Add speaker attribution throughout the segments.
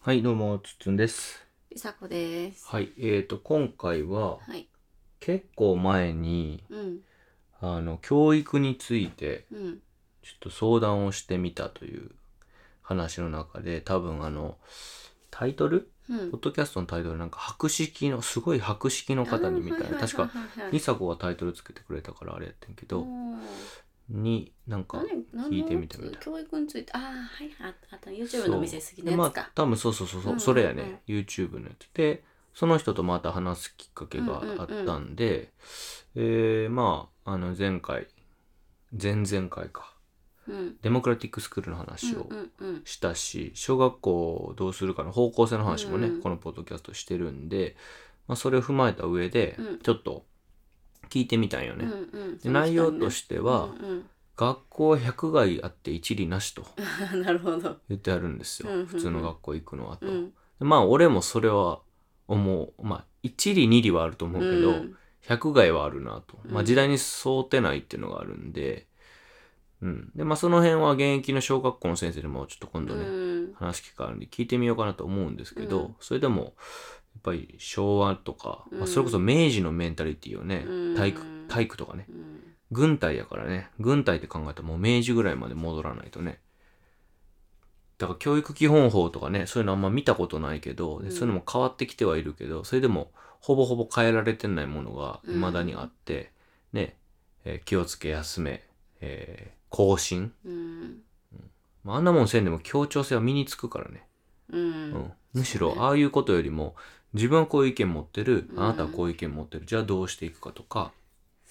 Speaker 1: はい、どうも、つっつんです。
Speaker 2: りさこです。
Speaker 1: はい、えーと、今回は、
Speaker 2: はい。
Speaker 1: 結構前に、
Speaker 2: うん。
Speaker 1: あの、教育について、
Speaker 2: うん。
Speaker 1: ちょっと相談をしてみたという話の中で、多分あの、タイトル
Speaker 2: うん
Speaker 1: ポッ。ドキャストのタイトルなんか、博識の、すごい博識の方にみたいな、確か、
Speaker 2: か
Speaker 1: りさこがタイトルつけてくれたからあれやってんけど、に、なんか、聞
Speaker 2: 聞
Speaker 1: いてみてみたい
Speaker 2: 教育について、ああ、はいはい。ああ
Speaker 1: そ
Speaker 2: と、
Speaker 1: う
Speaker 2: YouTube の店好きなやつ
Speaker 1: でまあ
Speaker 2: か。、
Speaker 1: 多分そうそうそう、う
Speaker 2: うん
Speaker 1: それやね YouTube のやつでその人とまた話すきっかけがあったんで、えーまああの前回前々回か
Speaker 2: うん。
Speaker 1: デモクラティックスクールの話を
Speaker 2: うんうんうん。
Speaker 1: したし、小学校をどうするかの方向性の話もね、
Speaker 2: うんうん
Speaker 1: このポッドキャストしてるんで、まあ、それを踏まえた上で
Speaker 2: うん
Speaker 1: ちょっと聞いてみたんよね。
Speaker 2: うんうん
Speaker 1: で内容としては、
Speaker 2: うん
Speaker 1: 学校は百害あって一理なしと
Speaker 2: うん、 なるほど。
Speaker 1: 言ってあるんですよ、
Speaker 2: うんうんうん
Speaker 1: 普通の学校行くのはと。
Speaker 2: うん。
Speaker 1: まあ俺もそれは思う。まあ一理二理はあると思うけど、
Speaker 2: うん
Speaker 1: 百害はあるなと。ま
Speaker 2: う
Speaker 1: あ
Speaker 2: ん
Speaker 1: 時代に沿ってないっていうのがあるんで、うん。で、まあその辺は現役の小学校の先生にもちょっと今度ね、
Speaker 2: うん
Speaker 1: 話聞かあるんで聞いてみようかなと思うんですけど、
Speaker 2: うん
Speaker 1: それでも、やっぱり昭和とか、ま
Speaker 2: う
Speaker 1: あ、
Speaker 2: ん
Speaker 1: それこそ明治のメンタリティをね、
Speaker 2: うん
Speaker 1: 体育、体育とかね、
Speaker 2: うん
Speaker 1: 軍隊やからね、軍隊って考えたらもう明治ぐらいまで戻らないとね。だから教育基本法とかね、そういうのあんま見たことないけど、で
Speaker 2: うん
Speaker 1: そういうのも変わってきてはいるけど、それでもほぼほぼ変えられてないものが
Speaker 2: うん
Speaker 1: 未だにあって、ね、えー気をつけ休め、えー更新。
Speaker 2: うん。
Speaker 1: まああんなもんせんでも協調性は身につくからね。
Speaker 2: う。
Speaker 1: うんん、むし
Speaker 2: そう
Speaker 1: ろ
Speaker 2: ね
Speaker 1: ああいうことよりも自分はこういう意見持ってる
Speaker 2: うん
Speaker 1: あなたはこういう意見持ってる、じゃあどうしていくかとか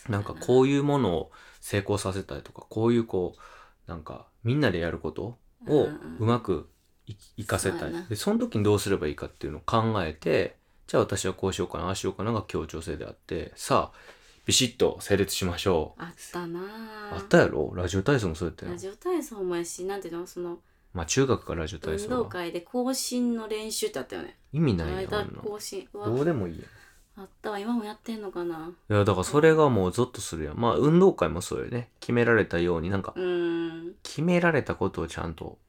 Speaker 1: なんかこういうものを成功させたいとかこういうこうなんかみんなでやることを
Speaker 2: うん
Speaker 1: うまくい活かせた
Speaker 2: そう
Speaker 1: い
Speaker 2: やな
Speaker 1: でその時にどうすればいいかっていうのを考えてじゃあ私はこうしようかなああしようかなが協調性であってさあビシッと整列しましょう
Speaker 2: あったな
Speaker 1: あったやろラジオ体操もそうやったよ
Speaker 2: ラジオ体操もやし、なんていうのその、
Speaker 1: まあ中学からラジオ体
Speaker 2: 運
Speaker 1: 操
Speaker 2: 動
Speaker 1: は
Speaker 2: 会で更新の練習ってあったよね。
Speaker 1: 意味
Speaker 2: こ
Speaker 1: な
Speaker 2: の
Speaker 1: いやんあ
Speaker 2: 間
Speaker 1: んな
Speaker 2: 更新。うわ
Speaker 1: どうでもいいやん
Speaker 2: あったわ、今もやってんのかない
Speaker 1: や、だからそれがもうゾッとするやん。まあ、運動会もそうよね。決められたように、なんか
Speaker 2: う、ーん。
Speaker 1: 決められたことをちゃんと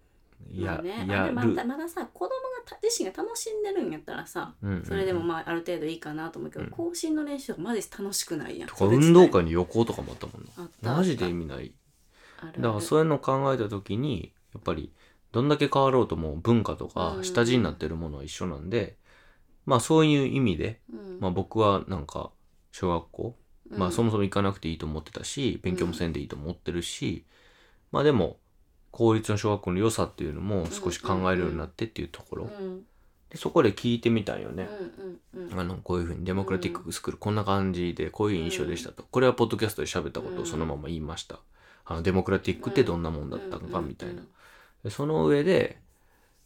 Speaker 1: や、
Speaker 2: まあね、あ
Speaker 1: や
Speaker 2: れ
Speaker 1: る。
Speaker 2: まだまださ、子供がた自身が楽しんでるんやったらさ、
Speaker 1: うんうん
Speaker 2: それでもまあある程度いいかなと思うけど、
Speaker 1: うん
Speaker 2: 更新の練習はマジ楽しくないやん。
Speaker 1: とか、運動
Speaker 2: それ
Speaker 1: 会に旅行とかもあったもん
Speaker 2: 自体
Speaker 1: な。
Speaker 2: あった
Speaker 1: マジで意味ない。
Speaker 2: ある
Speaker 1: だからそういうのを考えた時に、やっぱり、どんだけ変わろうともう文化とか
Speaker 2: うん
Speaker 1: 下地になってるものは一緒なんで、まあそういう意味で、
Speaker 2: うん
Speaker 1: まあ僕はなんか、小学校、
Speaker 2: うん
Speaker 1: まあそもそも行かなくていいと思ってたし、勉強もせんでいいと思ってるし、まあでも、公立の小学校の良さっていうのも少し考えるようになってっていうところ。
Speaker 2: うん
Speaker 1: でそこで聞いてみたんよ
Speaker 2: うん
Speaker 1: ね。
Speaker 2: うんうん
Speaker 1: あの、こういうふうにデモクラティックスクールこんな感じでこういう印象でしたと。これはポッドキャストで喋ったことをそのまま言いました。あの、デモクラティックってどんなもんだったのかみたいな。でその上で、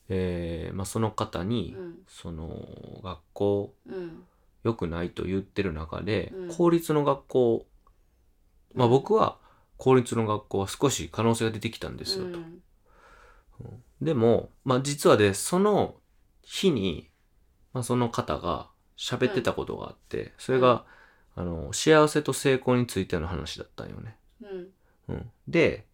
Speaker 1: えーまあその方
Speaker 2: う
Speaker 1: に、
Speaker 2: ん
Speaker 1: その学校
Speaker 2: うん
Speaker 1: 良くないと言ってる中で、
Speaker 2: うん
Speaker 1: 公立の学校、まあ僕は公立の学校は少し可能性が出てきたんですよと。
Speaker 2: うん
Speaker 1: でも、まあ実はで、その日に、まあその方が喋ってたことがあって、それが、あの、幸せと成功についての話だったんよね。
Speaker 2: うん
Speaker 1: うん。で、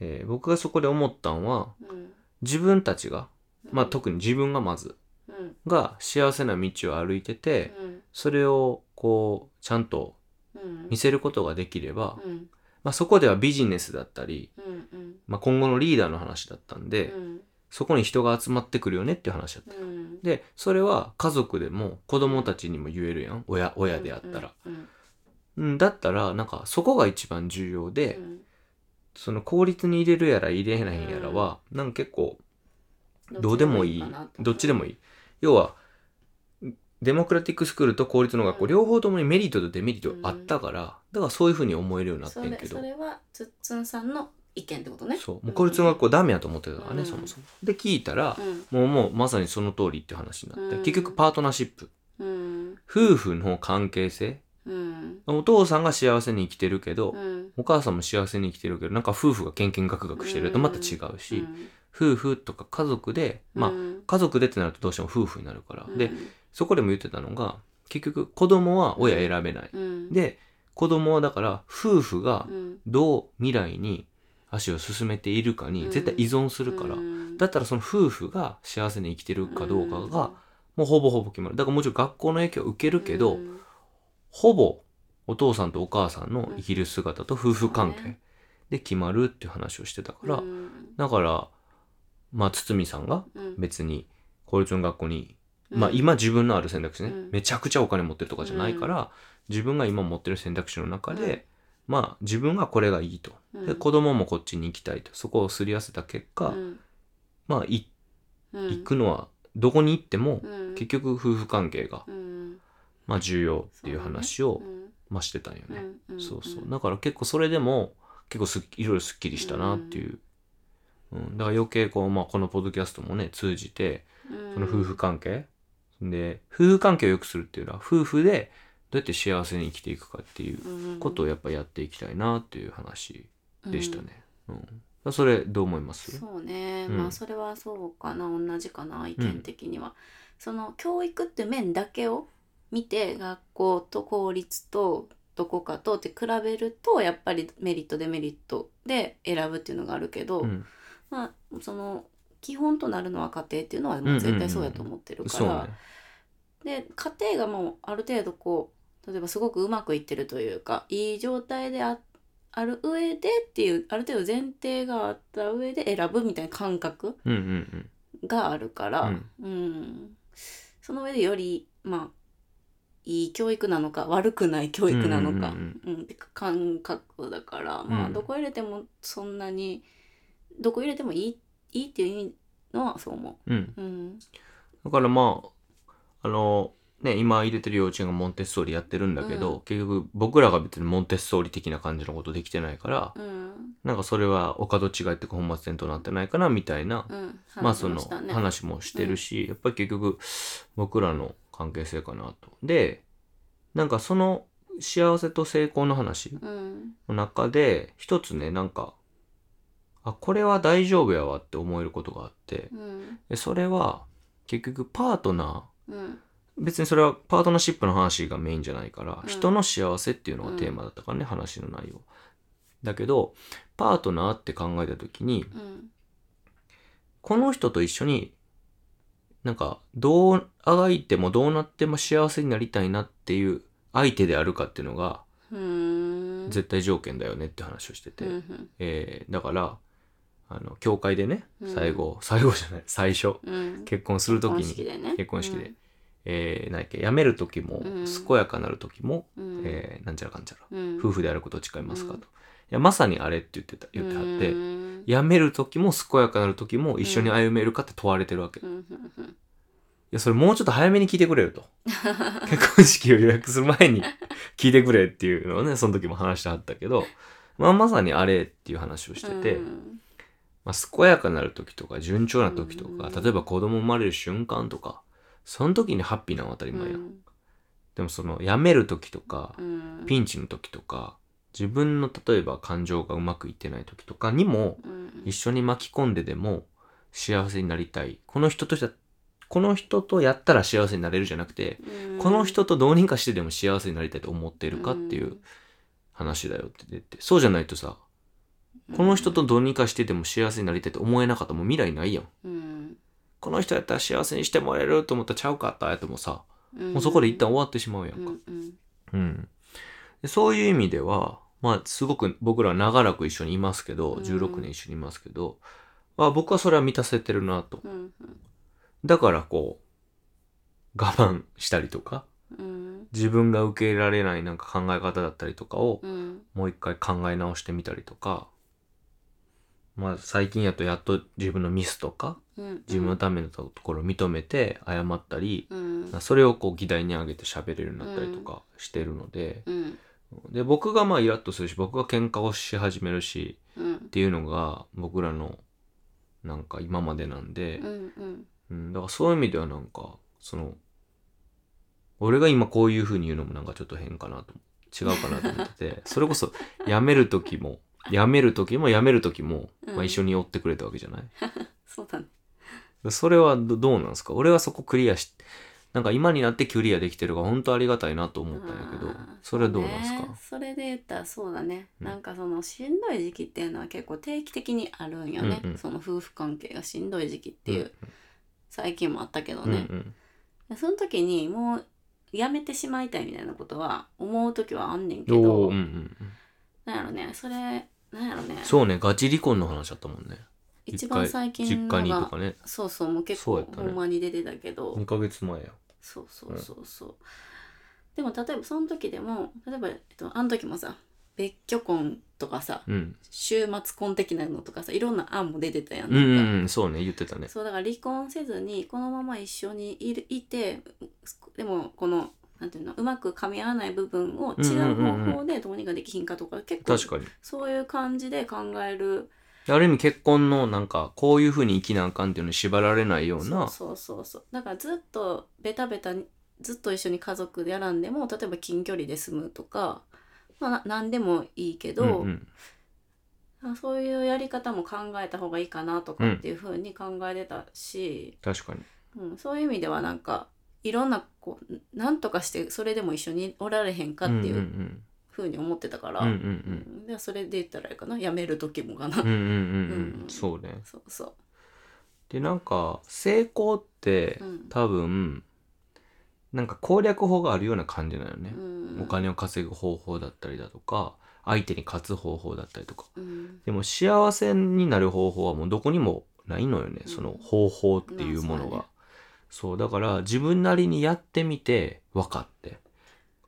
Speaker 1: えー僕がそこで思ったんは、
Speaker 2: うん
Speaker 1: 自分たちが、まあ
Speaker 2: うん
Speaker 1: 特に自分がまず、
Speaker 2: うん
Speaker 1: が幸せな道を歩いてて、それをこう、ちゃんと
Speaker 2: うん
Speaker 1: 見せることができれば、
Speaker 2: うん
Speaker 1: まあそこではビジネスだったり、
Speaker 2: うんうん
Speaker 1: まあ今後のリーダーの話だったんで、
Speaker 2: うん
Speaker 1: そこに人が集まってくるよねっていう話だった。
Speaker 2: うん
Speaker 1: で、それは家族でも子供たちにも言えるやん。親、親であったら。
Speaker 2: うん
Speaker 1: うん、だったら、なんかそこが一番重要
Speaker 2: う
Speaker 1: で、
Speaker 2: ん
Speaker 1: その効率に入れるやら入れへんやらは、なんか結構
Speaker 2: うん
Speaker 1: どうでもいい。どっちでも
Speaker 2: いい
Speaker 1: いい。要は、デモクラティックスクールと公立の学校、
Speaker 2: うん
Speaker 1: 両方ともにメリットとデメリットがあったから、だからそういうふうに思えるようになって
Speaker 2: そ
Speaker 1: ん
Speaker 2: れ
Speaker 1: けど。
Speaker 2: それはつっつんさんの意見ってことね
Speaker 1: そう。もう公立の学校ダメやと思ってたからね、
Speaker 2: うん
Speaker 1: そもそも。で、聞いたら、
Speaker 2: うん
Speaker 1: もうもうまさにその通りって話になって、
Speaker 2: うん
Speaker 1: 結局パートナーシップ。
Speaker 2: うん
Speaker 1: 夫婦の関係性
Speaker 2: うん
Speaker 1: お父さんが幸せに生きてるけど、
Speaker 2: うん
Speaker 1: お母さんも幸せに生きてるけど、なんか夫婦がケンケンガクガクしてるとまた違うし、夫婦とか家族で、まあ、家族でってなるとどうしても夫婦になるから。
Speaker 2: あ
Speaker 1: で、そこでも言ってたのが、結局子供は親選べない。
Speaker 2: うん
Speaker 1: で、子供はだから夫婦が
Speaker 2: うん
Speaker 1: どう未来に、足を進めているかに絶対依存するから、
Speaker 2: うん
Speaker 1: だったらその夫婦が幸せに生きてるかどうかが
Speaker 2: ん
Speaker 1: もうほぼほぼ決まるだからもちろん学校の影響を受けるけど、
Speaker 2: うん
Speaker 1: ほぼお父さんとお母さんの生きる姿と夫婦関
Speaker 2: そうね
Speaker 1: 係で決まるっていう話をしてたから、
Speaker 2: うん
Speaker 1: だからまあ堤さんが
Speaker 2: うん
Speaker 1: 別に公立の学校に、
Speaker 2: うん
Speaker 1: まあ今自分のある選択肢ね、
Speaker 2: うん
Speaker 1: めちゃくちゃお金持ってるとかじゃないから、自分が今持ってる選択肢の中で、
Speaker 2: うん
Speaker 1: まあ自分がこれがいいとで子供もこっちに行きたいとそこをすり合わせた結果、
Speaker 2: うん
Speaker 1: まあい
Speaker 2: うん
Speaker 1: 行くのはどこに行っても
Speaker 2: うん
Speaker 1: 結局夫婦関係が、
Speaker 2: うん
Speaker 1: まあ、重要っていう話を、
Speaker 2: うん
Speaker 1: まあ、してたんよね。
Speaker 2: うん
Speaker 1: そうそう。
Speaker 2: ん
Speaker 1: だから結構それでも、結構すっいろいろすっきりしたなっていう。うん。だから余計こう、まあこのポッドキャストもね、通じて、その夫婦関係、で、夫婦関係を良くするっていうのは、夫婦でどうやって幸せに生きていくかっていうことをやっぱやっていきたいなっていう話でしたね。うん。だからそれどう思いま
Speaker 2: うん
Speaker 1: す
Speaker 2: そうね、
Speaker 1: うん
Speaker 2: まあそれはそうかな同じかな意見的には、その教育って面だけを見て学校と公立とどこかとって比べるとやっぱりメリットデメリットで選ぶっていうのがあるけど、
Speaker 1: うん。
Speaker 2: まあその基本となるのは家庭っていうのはもう絶対そうやと思ってるから、
Speaker 1: そうね。
Speaker 2: で家庭がもうある程度こう例えばすごくうまくいってるというかいい状態であある上でっていうある程度前提があった上で選ぶみたいな感覚
Speaker 1: うんうん
Speaker 2: があるから、
Speaker 1: うん
Speaker 2: うんその上でよりまあいい教育なのか悪くない教育なのか、
Speaker 1: うんうん
Speaker 2: うんって感覚だから、ま
Speaker 1: う
Speaker 2: あ
Speaker 1: ん
Speaker 2: どこ入れてもそんなにどこ入れてもいいいいっていう意味のはそう思
Speaker 1: うん。うん。
Speaker 2: う。うん
Speaker 1: だからまあ、あの、ね、今入れてる幼稚園がモンテッソーリやってるんだけど、
Speaker 2: う
Speaker 1: 結局僕らが別にモンテッソーリ的な感じのことできてないから、
Speaker 2: うん
Speaker 1: なんかそれはお門違いって本末転倒になってないかなみたいな、
Speaker 2: うん、
Speaker 1: まあその
Speaker 2: 話しましたね
Speaker 1: 話もしてるし、やっぱり結局僕らの関係性かなと。で、なんかその幸せと成功の話
Speaker 2: うん
Speaker 1: の中で、一つね、なんか、あ、これは大丈夫やわって思えることがあって、
Speaker 2: うん
Speaker 1: でそれは結局パートナー、
Speaker 2: うん
Speaker 1: 別にそれはパートナーシップの話がメインじゃないから、
Speaker 2: うん
Speaker 1: 人の幸せっていうのがテーマだったからね、話の内容だけどパートナーって考えた時に
Speaker 2: うん
Speaker 1: この人と一緒になんかどうあがいてもどうなっても幸せになりたいなっていう相手であるかっていうのが
Speaker 2: うーん
Speaker 1: 絶対条件だよねって話をしてて、
Speaker 2: うん
Speaker 1: えーだからあの教会でね
Speaker 2: うん
Speaker 1: 最後、最後じゃない最初
Speaker 2: うん
Speaker 1: 結婚する時
Speaker 2: 婚
Speaker 1: に
Speaker 2: 式でね
Speaker 1: 結婚式で、えー何やっけ辞める時も、
Speaker 2: うん
Speaker 1: 健やかなる時も、
Speaker 2: うん
Speaker 1: えーなんちゃらかんちゃら、
Speaker 2: うん
Speaker 1: 夫婦であることを誓いますかと、
Speaker 2: うん
Speaker 1: いやまさにあれって言ってた言ってはって、
Speaker 2: うん
Speaker 1: 辞める時も健やかなる時も一緒に歩めるかって問われてるわけ、
Speaker 2: う
Speaker 1: い
Speaker 2: んうんうん
Speaker 1: やそれもうちょっと早めに聞いてくれよ と結婚式を予約する前に聞いてくれっていうのをねその時も話してはったけど、まあ、まさにあれっていう話をしてて、
Speaker 2: うん
Speaker 1: まあ、健やかなる時とか順調な時とか、
Speaker 2: うん
Speaker 1: 例えば子供生まれる瞬間とかその時にハッピーなのは当たり前やん、
Speaker 2: うん
Speaker 1: でもその辞める時とか
Speaker 2: う、ん
Speaker 1: ピンチの時とか、自分の例えば感情がうまくいってない時とかにも、
Speaker 2: うん
Speaker 1: 一緒に巻き込んででも幸せになりたい。この人とした、この人とやったら幸せになれるじゃなくて、
Speaker 2: うん
Speaker 1: この人とどうにかしてでも幸せになりたいと思っているかっていう話だよって出て。そうじゃないとさ、
Speaker 2: うん
Speaker 1: この人とどうにかしてでも幸せになりたいと思えなかったらもう未来ないやん。
Speaker 2: うん
Speaker 1: この人やったら幸せにしてもらえると思ったらちゃうかったやともさ、
Speaker 2: うん
Speaker 1: もうそこで一旦終わってしまうやんか。
Speaker 2: うんうん
Speaker 1: うん、でそういう意味では、まあ、すごく僕らは長らく一緒にいますけど、
Speaker 2: うん
Speaker 1: 16年一緒にいますけど、まあ、僕はそれは満たせてるなと。
Speaker 2: うん
Speaker 1: だからこう、我慢したりとか、
Speaker 2: うん
Speaker 1: 自分が受け入れられないなんか考え方だったりとかを
Speaker 2: う、ん
Speaker 1: もう一回考え直してみたりとか、まあ、最近やとやっと自分のミスとか、
Speaker 2: うん
Speaker 1: 自分のためのところを認めて謝ったり、
Speaker 2: うん
Speaker 1: それをこう議題に上げて喋れるようになったりとかしてるので、
Speaker 2: うん
Speaker 1: で僕がまあイラッとするし僕が喧嘩をし始めるし
Speaker 2: うん
Speaker 1: っていうのが僕らのなんか今までなんで
Speaker 2: う、んうん
Speaker 1: うん、だからそういう意味ではなんかその俺が今こういう風に言うのもなんかちょっと変かなと違うかなと思ってて それこそ辞める時も辞める時も辞める時も、
Speaker 2: うん
Speaker 1: まあ、一緒に寄ってくれたわけじゃない、
Speaker 2: そうだね
Speaker 1: それはどどうなんですか俺はそこクリアしなんか今になってキュリアできてるが本当ありがたいなと思ったんやけど
Speaker 2: あー
Speaker 1: それはどうなんですか
Speaker 2: そうねそれで言ったらそうだね、
Speaker 1: うん
Speaker 2: なんかそのしんどい時期っていうのは結構定期的にあるんよね、
Speaker 1: うんうん
Speaker 2: その夫婦関係がしんどい時期っていう、
Speaker 1: うん
Speaker 2: 最近もあったけど
Speaker 1: うんう
Speaker 2: ね、
Speaker 1: ん
Speaker 2: でその時にもうやめてしまいたいみたいなことは思う時はあんねんけ
Speaker 1: おーうんう
Speaker 2: ど、
Speaker 1: んうん
Speaker 2: なんやろねそれなんやろね
Speaker 1: そうねガチ離婚の話だったもんね
Speaker 2: 一番最近
Speaker 1: 実家
Speaker 2: の
Speaker 1: にと
Speaker 2: が
Speaker 1: かね
Speaker 2: そうそうもう結
Speaker 1: そうや
Speaker 2: 構
Speaker 1: った
Speaker 2: ほ
Speaker 1: ね
Speaker 2: んまに出てたけど
Speaker 1: 2ヶ月前や
Speaker 2: そうそうそうそう、でも例えばその時でも例えば、えっと、あの時もさ別居婚とかさ
Speaker 1: うん
Speaker 2: 週末婚的なのとかさいろんな案も出てたやん
Speaker 1: う
Speaker 2: なんんか
Speaker 1: うんうんそうね言ってたね
Speaker 2: そうだから離婚せずにこのまま一緒にいるいてでもこのなんていうのうまく噛み合わない部分を違う方法でどうにかできひんかとか、結構
Speaker 1: 確かに
Speaker 2: そういう感じで考える
Speaker 1: ある意味結婚のなんかこういうふうに生きなあかんっていうのに縛られないよう
Speaker 2: そう
Speaker 1: な
Speaker 2: そうそうそうだからずっとベタベタにずっと一緒に家族でやらんでも例えば近距離で住むとか、まあ、な何でもいいけど、
Speaker 1: うんうん
Speaker 2: あそういうやり方も考えた方がいいかなとかっていうふうに考えてたし、
Speaker 1: 確かに
Speaker 2: うんそういう意味ではなんかいろんなこうなんとかしてそれでも一緒におられへんかってい
Speaker 1: ん
Speaker 2: ううんふうに思ってたから、
Speaker 1: うんうんうん
Speaker 2: うんでそれで言ったらいいかな辞める時もかな、
Speaker 1: うんうんうんうん
Speaker 2: う
Speaker 1: うんんそうね
Speaker 2: そうそ
Speaker 1: でなんか成功って
Speaker 2: う、うん
Speaker 1: 多分なんか攻略法があるような感じなのね
Speaker 2: うん、
Speaker 1: お金を稼ぐ方法だったりだとか相手に勝つ方法だったりとか
Speaker 2: うん
Speaker 1: でも幸せになる方法はもうどこにもないのよね、
Speaker 2: うん
Speaker 1: その方法っていうものが、
Speaker 2: まあ
Speaker 1: そうだから自分なりにやってみて分かって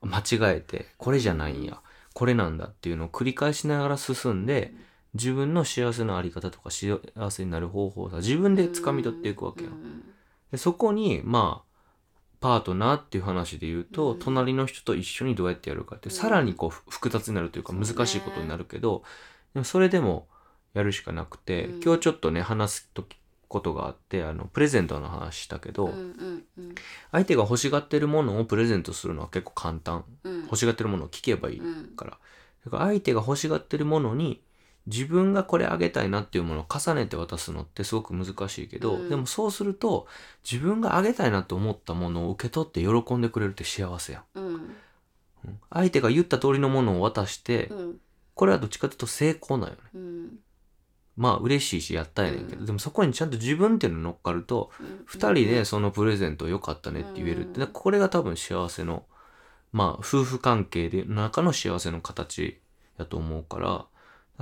Speaker 1: 間違えてこれじゃないんやこれなんだっていうのを繰り返しながら進んで自分の幸せのあり方とか幸せになる方法をさ自分で掴み取っていくわけよ、
Speaker 2: うん
Speaker 1: でそこにまあパートナーっていう話で言うと、
Speaker 2: うん
Speaker 1: 隣の人と一緒にどうやってやるかって、
Speaker 2: うん
Speaker 1: さらにこうふ複雑になるというか
Speaker 2: そうね
Speaker 1: 難しいことになるけどでもそれでもやるしかなくて、
Speaker 2: うん
Speaker 1: 今日ちょっとね話すときことがあってあのプレゼントの話したけど、
Speaker 2: うんうんうん
Speaker 1: 相手が欲しがってるものをプレゼントするのは結構簡単
Speaker 2: うん
Speaker 1: 欲しがってるものを聞けばいい
Speaker 2: うん
Speaker 1: からだから相手が欲しがってるものに自分がこれあげたいなっていうものを重ねて渡すのってすごく難しいけど、
Speaker 2: うん
Speaker 1: でもそうすると自分があげたいなと思ったものを受け取って喜んでくれるって幸せやん、
Speaker 2: うん
Speaker 1: うん相手が言った通りのものを渡して、
Speaker 2: うん
Speaker 1: これはどっちかというと成功なんよね
Speaker 2: うん
Speaker 1: まあ嬉しいしやったんやねんけど、
Speaker 2: うん
Speaker 1: でもそこにちゃんと自分っていうのに乗っかると2人でそのプレゼント良かったねって言えるって、
Speaker 2: うん
Speaker 1: だからこれが多分幸せのまあ夫婦関係での中の幸せの形やと思うから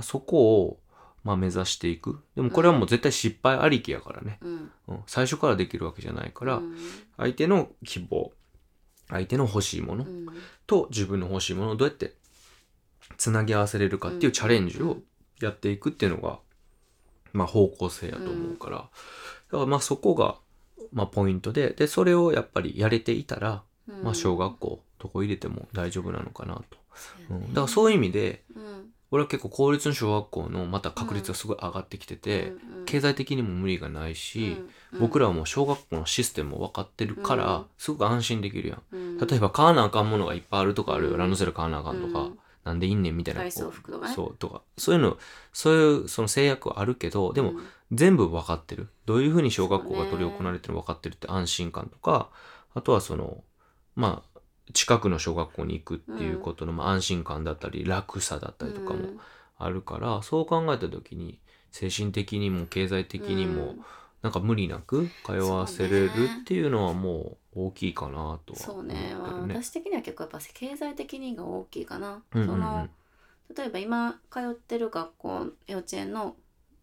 Speaker 1: そこをまあ目指していくでもこれはもう絶対失敗ありきやからね、
Speaker 2: うん
Speaker 1: うん、最初からできるわけじゃないから、
Speaker 2: うん
Speaker 1: 相手の希望相手の欲しいもの
Speaker 2: うん
Speaker 1: と自分の欲しいものをどうやってつなぎ合わせれるかっていうチャレンジをやっていくっていうのが、まあ、方向性やと思うから、だからまあそこが、まあ、ポイントででそれをやっぱりやれていたら、
Speaker 2: うん
Speaker 1: まあ、小学校どこ入れても大丈夫なのかなと、
Speaker 2: そう
Speaker 1: う
Speaker 2: や
Speaker 1: ん
Speaker 2: ね
Speaker 1: だからそういう意味で
Speaker 2: うん
Speaker 1: 俺は結構公立の小学校のまた確率がすごい上がってきてて、
Speaker 2: うんうん
Speaker 1: 経済的にも無理がないし、
Speaker 2: うん
Speaker 1: 僕らはもう小学校のシステムも分かってるから、
Speaker 2: うん
Speaker 1: すごく安心できるやん。
Speaker 2: うん
Speaker 1: 例えば買わなあかんものがいっぱいあるとかあるよ、
Speaker 2: うん
Speaker 1: ランドセル買わなあかんとか、
Speaker 2: うん
Speaker 1: なんでいんねんみたいな
Speaker 2: 体操服とかね
Speaker 1: そうとかそういうのそういうその制約はあるけどでも
Speaker 2: うん
Speaker 1: 全部分かってるどういうふうに小学校が
Speaker 2: そ
Speaker 1: 執
Speaker 2: うね
Speaker 1: り行われてるの分かってるって安心感とかあとはそのまあ近くの小学校に行くっていうことの、まあ、安心感だったり楽さだったりとかもあるから、そう考えた時に精神的にも経済的にも、なんか無理なく通わせれるっていうのはもう大きいかなとは
Speaker 2: そう
Speaker 1: った
Speaker 2: ね、まあ、
Speaker 1: よね
Speaker 2: 私的には結構やっぱ経済的にが大きいかな、
Speaker 1: うんうんうん
Speaker 2: その例えば今通ってる学校幼稚園の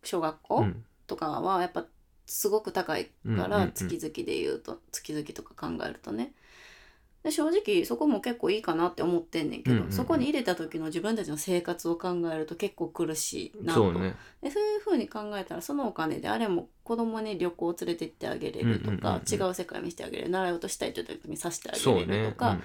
Speaker 2: 小学校
Speaker 1: うん
Speaker 2: とかはやっぱすごく高いか
Speaker 1: うんうんう
Speaker 2: ら
Speaker 1: ん
Speaker 2: 月々で言うと、月々とか考えるとねで正直そこも結構いいかなって思ってんねんけ
Speaker 1: う
Speaker 2: ど、
Speaker 1: んうんうん
Speaker 2: そこに入れた時の自分たちの生活を考えると結構苦しいな
Speaker 1: そ
Speaker 2: と
Speaker 1: うね
Speaker 2: でそういうふうに考えたらそのお金であれも子供に旅行を連れてってあげれると
Speaker 1: うんうんうん
Speaker 2: か、
Speaker 1: うん
Speaker 2: 違う世界見せてあげれる習い事したいという時にさせてあ
Speaker 1: そう
Speaker 2: げれる
Speaker 1: ね
Speaker 2: とか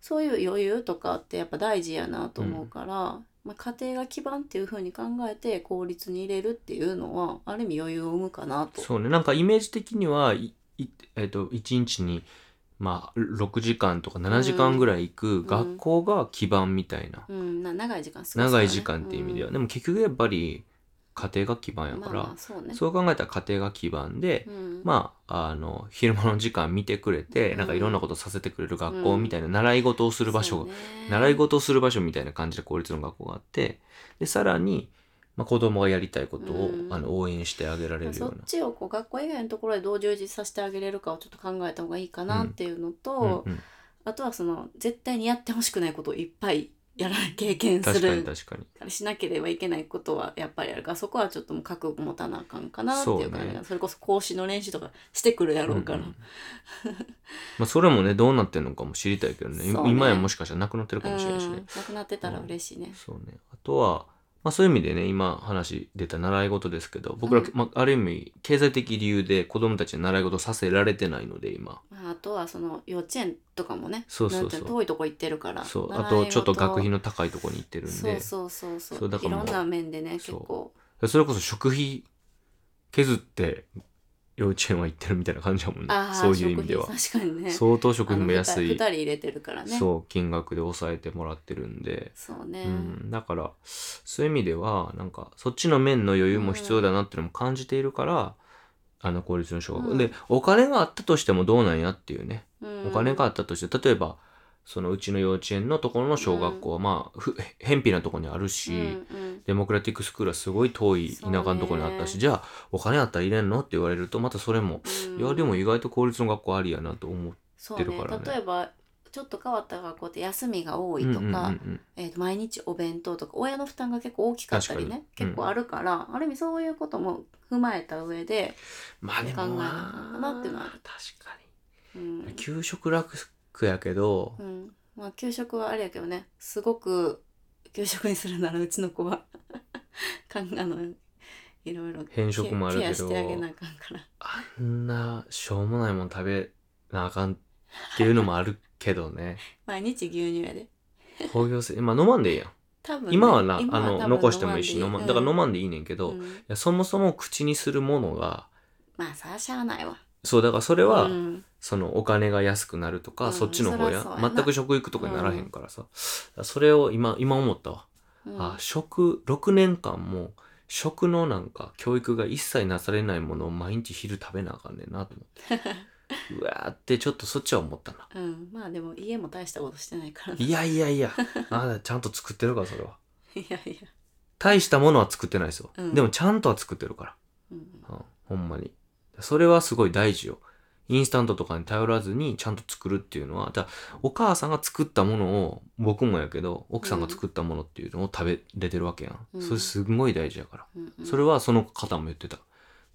Speaker 2: そう,、いう余裕とかってやっぱ大事やなと思うから、まあ、家庭が基盤っていうふうに考えて効率に入れるっていうのはある意味余裕を生むかなと。
Speaker 1: そうねなんかイメージ的にはいいえっと1日にまあ6時間とか7時間ぐらい行く学校が基盤みたいな、
Speaker 2: うん、な長い時間過ごすからね、
Speaker 1: 長い時間っていう意味では、でも結局やっぱり家庭が基盤や
Speaker 2: ま
Speaker 1: か
Speaker 2: あ
Speaker 1: ら、
Speaker 2: まあそうね
Speaker 1: そう考えたら家庭が基盤で、
Speaker 2: うん
Speaker 1: まあ、あの、昼間の時間見てくれて、
Speaker 2: うん
Speaker 1: なんかいろんなことさせてくれる学校みたいな、習い事をする場所が、
Speaker 2: そうね
Speaker 1: 習い事をする場所みたいな感じで公立の学校があって、で、さらに、まあ、子供がやりたいことを、
Speaker 2: うん
Speaker 1: あの応援してあげられるよ
Speaker 2: そうっ
Speaker 1: な。
Speaker 2: ちをこう学校以外のところでどう充実させてあげれるかをちょっと考えた方がいいかなっていうのと、
Speaker 1: うんうん
Speaker 2: あとはその絶対にやってほしくないことをいっぱいやら経験す
Speaker 1: 確かに
Speaker 2: る
Speaker 1: 確かに。
Speaker 2: しなければいけないことはやっぱりあるからそこはちょっともう覚悟持たなあかんかなってい
Speaker 1: そう
Speaker 2: う感じが
Speaker 1: ね
Speaker 2: それこそ講師の練習とかしてくるやろうから、
Speaker 1: うんうんまあそれもね、どうなってるのかも知りたいけどね、
Speaker 2: そうね
Speaker 1: 今やもしかしたらなくなってるかもしれないし
Speaker 2: う
Speaker 1: ね
Speaker 2: ん。なくなってたら嬉しいね。
Speaker 1: そうね。あとは、まあそういう意味でね、今話出た習い事ですけど、僕ら、
Speaker 2: うん
Speaker 1: まあある意味、経済的理由で子供たちに習い事させられてないので、今。
Speaker 2: まあ、あとはその幼稚園とかもね
Speaker 1: そうそうそう
Speaker 2: なんていの遠いとこ行ってるから
Speaker 1: そう。あ
Speaker 2: 習い
Speaker 1: と、
Speaker 2: 事
Speaker 1: ちょっと学費の高いところに行ってるんで、そ
Speaker 2: そうそうそうそう
Speaker 1: そうだから
Speaker 2: い
Speaker 1: も
Speaker 2: ろ
Speaker 1: うん
Speaker 2: な面でね結
Speaker 1: そう
Speaker 2: 構
Speaker 1: れこそ食費削って幼稚園は行ってるみたいな感じだもんね
Speaker 2: あ。あ
Speaker 1: そういう意味では。
Speaker 2: 食費確かにね
Speaker 1: 相当食費も安
Speaker 2: 2
Speaker 1: い
Speaker 2: 人、入れてるからねそう
Speaker 1: そう、金額で抑えてもらってるんで、
Speaker 2: ね、
Speaker 1: うん、だからそういう意味ではなんかそっちの面の余裕も必要だなっていうのも感じているから、あの公立の小学校、
Speaker 2: うん
Speaker 1: でお金があったとしてもどうなんやっていうね、
Speaker 2: うん
Speaker 1: お金があったとして例えばそのうちの幼稚園のところの小学校は、まあふ偏僻なところにあるし、
Speaker 2: うん
Speaker 1: デモクラティックスクールはすごい遠い田舎のところにあったし、
Speaker 2: そうね
Speaker 1: じゃあお金あったら入れんのって言われるとまたそれも、
Speaker 2: うん
Speaker 1: いやでも意外と公立の学校ありやなと思う。
Speaker 2: そう
Speaker 1: て
Speaker 2: ね
Speaker 1: るからね
Speaker 2: 例えばちょっと変わった学校って休みが多いとか、
Speaker 1: うんうんうんうん
Speaker 2: えーと毎日お弁当とか親の負担が結構大きかったりね
Speaker 1: 確かに
Speaker 2: 結構あるから、ある意味そういうことも踏まえた上で、
Speaker 1: まあでも
Speaker 2: 考えなあかんかなっていうのはある
Speaker 1: 確かに。
Speaker 2: うん
Speaker 1: 給食楽やけど、
Speaker 2: うん、まあ給食はあれやけどねすごく給食にするならうちの子は かんあのいろいろ
Speaker 1: 偏食もあるけど
Speaker 2: ケアしてあげなあかんから
Speaker 1: あんなしょうもないもん食べなあかんっていうのもあるけど ね
Speaker 2: 毎日牛乳やで
Speaker 1: 工業製まあ飲まんでいいやん、
Speaker 2: 多分ね、
Speaker 1: 今はな
Speaker 2: 今
Speaker 1: あ
Speaker 2: は多
Speaker 1: の
Speaker 2: 分
Speaker 1: 残してもいいし飲まだから飲ま
Speaker 2: ん
Speaker 1: んでいいねんけ
Speaker 2: で
Speaker 1: ど、
Speaker 2: う
Speaker 1: い
Speaker 2: ん
Speaker 1: やそもそも口にするものが
Speaker 2: まあさあしゃあないわ
Speaker 1: そうだからそれは、
Speaker 2: うん
Speaker 1: そのお金が安くなるとか、
Speaker 2: うん
Speaker 1: そっちの方
Speaker 2: そり
Speaker 1: や
Speaker 2: ゃそうやな
Speaker 1: 全く食育とかにならへんからさ、それを今今思ったわ、
Speaker 2: うん
Speaker 1: あ食6年間も食のなんか教育が一切なされないものを毎日昼食べなあかんねんなと思 ってうわーってちょっとそっちは思ったな
Speaker 2: うん、まあでも家も大したことしてないからね
Speaker 1: いやいやいやあなたちゃんと作ってるからそれはい
Speaker 2: やいや、
Speaker 1: 大したものは作ってないですよ、
Speaker 2: うん
Speaker 1: でもちゃんとは作ってるか
Speaker 2: うん、
Speaker 1: ら、うん、ほんまにそれはすごい大事よインスタントとかに頼らずにちゃんと作るっていうのはだからお母さんが作ったものを僕もやけど奥さんが作ったものっていうのを食べれてるわけやん、
Speaker 2: うん
Speaker 1: それすごい大事やから
Speaker 2: うんうん
Speaker 1: それはその方も言ってた。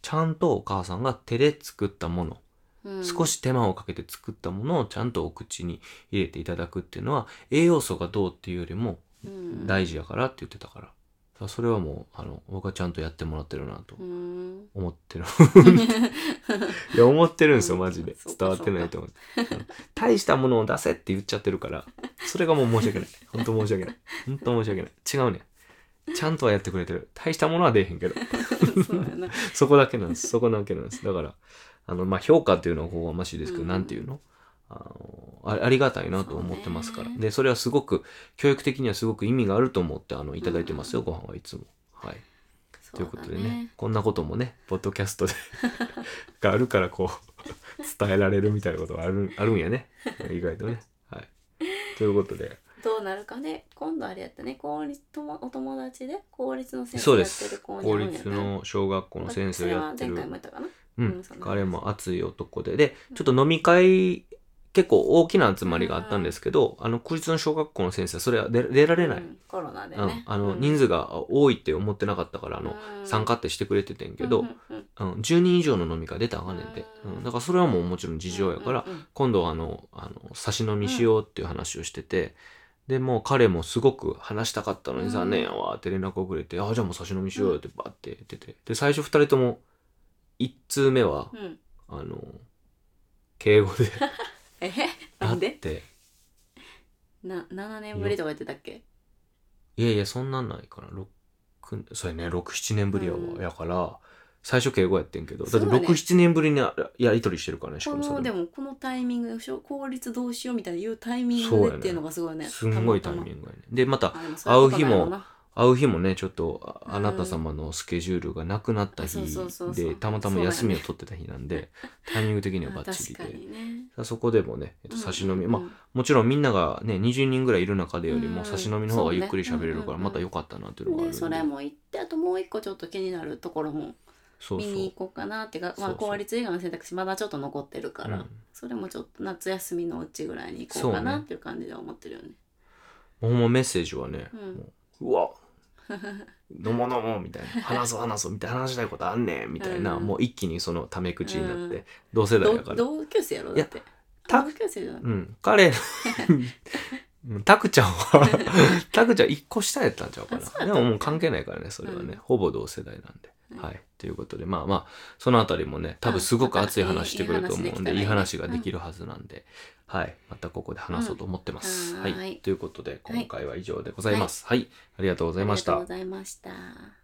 Speaker 1: ちゃんとお母さんが手で作ったもの、
Speaker 2: うん
Speaker 1: 少し手間をかけて作ったものをちゃんとお口に入れていただくっていうのは、栄養素がどうっていうよりも
Speaker 2: うん
Speaker 1: 大事やからって言ってたから。それはもう、あの、僕はちゃんとやってもらってるなと
Speaker 2: うん
Speaker 1: 思ってる。 いや、思ってるんですよ、マジで。
Speaker 2: そうか
Speaker 1: 伝わってないと思う。あの大したものを出せって言っちゃってるから、それがもう申し訳ない。本当申し訳ない。本当申し訳ない。違うねん。ちゃんとはやってくれてる。大したものは出えへんけど。
Speaker 2: そうやな
Speaker 1: そこだけなんです。そこだけなんです。だから、あの、まあ、評価っていうのはこうはましいですけど、
Speaker 2: うん
Speaker 1: なんていうのあのあありがたいなと思ってますから。
Speaker 2: そうね
Speaker 1: で、それはすごく、教育的にはすごく意味があると思って、あの、いただいてますよ、ご飯はいつも。はい。ということでね、こんなこともね、ポッドキャストで、 があるから、こう、伝えられるみたいなことがあるあるんやね。意外とね。はい。ということで、
Speaker 2: どうなるかね今度あれやったね公立ともお友達で公立の先
Speaker 1: そうで
Speaker 2: 生 やって
Speaker 1: す
Speaker 2: る。子に
Speaker 1: 公
Speaker 2: 会うんやな
Speaker 1: 立の小学校の先生やって
Speaker 2: それ
Speaker 1: る。
Speaker 2: は前回も言ったかな
Speaker 1: う
Speaker 2: うんんそん、な感じ
Speaker 1: 彼も熱い男で。で、ちょっと飲み会、結構大きな集まりがあったんですけど、あの、公立の小学校の先生はそれは出出られない。
Speaker 2: うんコロナで
Speaker 1: うん
Speaker 2: ね
Speaker 1: あの、人数が多いって思ってなかったから、あの、参加
Speaker 2: っ
Speaker 1: ってしてくれててん
Speaker 2: た
Speaker 1: けど、うん、10人以上の飲み会出たらあかんねんて。う
Speaker 2: う
Speaker 1: んん、だからそれはもうもちろん事情やから、今度はあの、あの、差し飲みしようっていう話をしてて、で、もう彼もすごく話したかったの
Speaker 2: う
Speaker 1: に
Speaker 2: ん
Speaker 1: 残念やわって連絡をくれて、あ、じゃあもう差し飲みしようよってバーって言ってて。で、最初二人とも、一通目は、
Speaker 2: うん
Speaker 1: あの、敬語で
Speaker 2: えな
Speaker 1: 会
Speaker 2: ん
Speaker 1: っ
Speaker 2: で
Speaker 1: て、
Speaker 2: な7年ぶりとか言ってたっけ
Speaker 1: いやいや、そんなんないから、六そうやね、6、7年ぶりやわ、
Speaker 2: うん
Speaker 1: やから、最初敬語やってんけど、だって
Speaker 2: そうだ
Speaker 1: 6、
Speaker 2: ね
Speaker 1: 7年ぶりにあやりとりしてるからね、しか
Speaker 2: こ
Speaker 1: もそ
Speaker 2: の
Speaker 1: れ
Speaker 2: で
Speaker 1: も。
Speaker 2: もこのタイミングでしょ効率どうしようみたいな言うタイミン
Speaker 1: そう
Speaker 2: グ
Speaker 1: や
Speaker 2: で
Speaker 1: ね
Speaker 2: っていうのがすごいね
Speaker 1: すんごいタイミン
Speaker 2: グ
Speaker 1: グやね。で、また、
Speaker 2: 会
Speaker 1: 会う日も会う日もねちょっとあ
Speaker 2: うん
Speaker 1: あなた様のスケジュールがなくなった日
Speaker 2: そうそうそうそう
Speaker 1: でたまたま休みを取ってた日なん で、タイミング的にはバッチリ
Speaker 2: あ確か
Speaker 1: で
Speaker 2: にね
Speaker 1: さそこでもね、えっと、差し飲み、まあ
Speaker 2: うん
Speaker 1: もちろんみんながね20人ぐらいいる中でより
Speaker 2: う
Speaker 1: も
Speaker 2: ん
Speaker 1: 差し飲みの方がゆっくり
Speaker 2: そう
Speaker 1: 喋
Speaker 2: ね
Speaker 1: れるか
Speaker 2: うんうんう
Speaker 1: ら
Speaker 2: ん
Speaker 1: また良かったなっていうのがあるん
Speaker 2: で
Speaker 1: で
Speaker 2: それも行ってあともう一個ちょっと気になるところも
Speaker 1: そう
Speaker 2: 見
Speaker 1: そう
Speaker 2: に行こうかなってかま
Speaker 1: そ
Speaker 2: あ
Speaker 1: うそう
Speaker 2: 公立以外の選択肢まだちょっと残ってるから、
Speaker 1: うん
Speaker 2: それもちょっと夏休みのうちぐらいに行こうか
Speaker 1: そう
Speaker 2: な
Speaker 1: ね
Speaker 2: っていう感じで思ってるよね
Speaker 1: ほんまメッセージはね、
Speaker 2: うん
Speaker 1: もううわ飲もう飲もうみたいな 話そう話そうみたいな話したいことあんねんみたいな、
Speaker 2: うん
Speaker 1: もう一気にそのタメ口になって、
Speaker 2: うん
Speaker 1: 同世代だか
Speaker 2: 同
Speaker 1: ら
Speaker 2: 同級生やろ
Speaker 1: い
Speaker 2: だ
Speaker 1: や
Speaker 2: って
Speaker 1: た
Speaker 2: 同級生じゃなくて
Speaker 1: うん彼うんタクちゃん はタクちゃん一個下やったんちゃうか
Speaker 2: あそう
Speaker 1: な
Speaker 2: やっ
Speaker 1: で
Speaker 2: た
Speaker 1: ももう関係ないからねそれはね、
Speaker 2: うん
Speaker 1: ほぼ同世代なんで。
Speaker 2: うん
Speaker 1: はい、ということでまあまあそのあたりもね多分すごく熱い話してくれると思うんで、
Speaker 2: うん
Speaker 1: いい
Speaker 2: いい
Speaker 1: 話
Speaker 2: 話
Speaker 1: ができるはずなんで、はいまたここで話そうと思ってます。
Speaker 2: うん
Speaker 1: は
Speaker 2: はいい
Speaker 1: ということで今回は以上でございます。はい、ありがとうござい
Speaker 2: あり
Speaker 1: ま
Speaker 2: が
Speaker 1: し
Speaker 2: と
Speaker 1: た
Speaker 2: うご。ざいました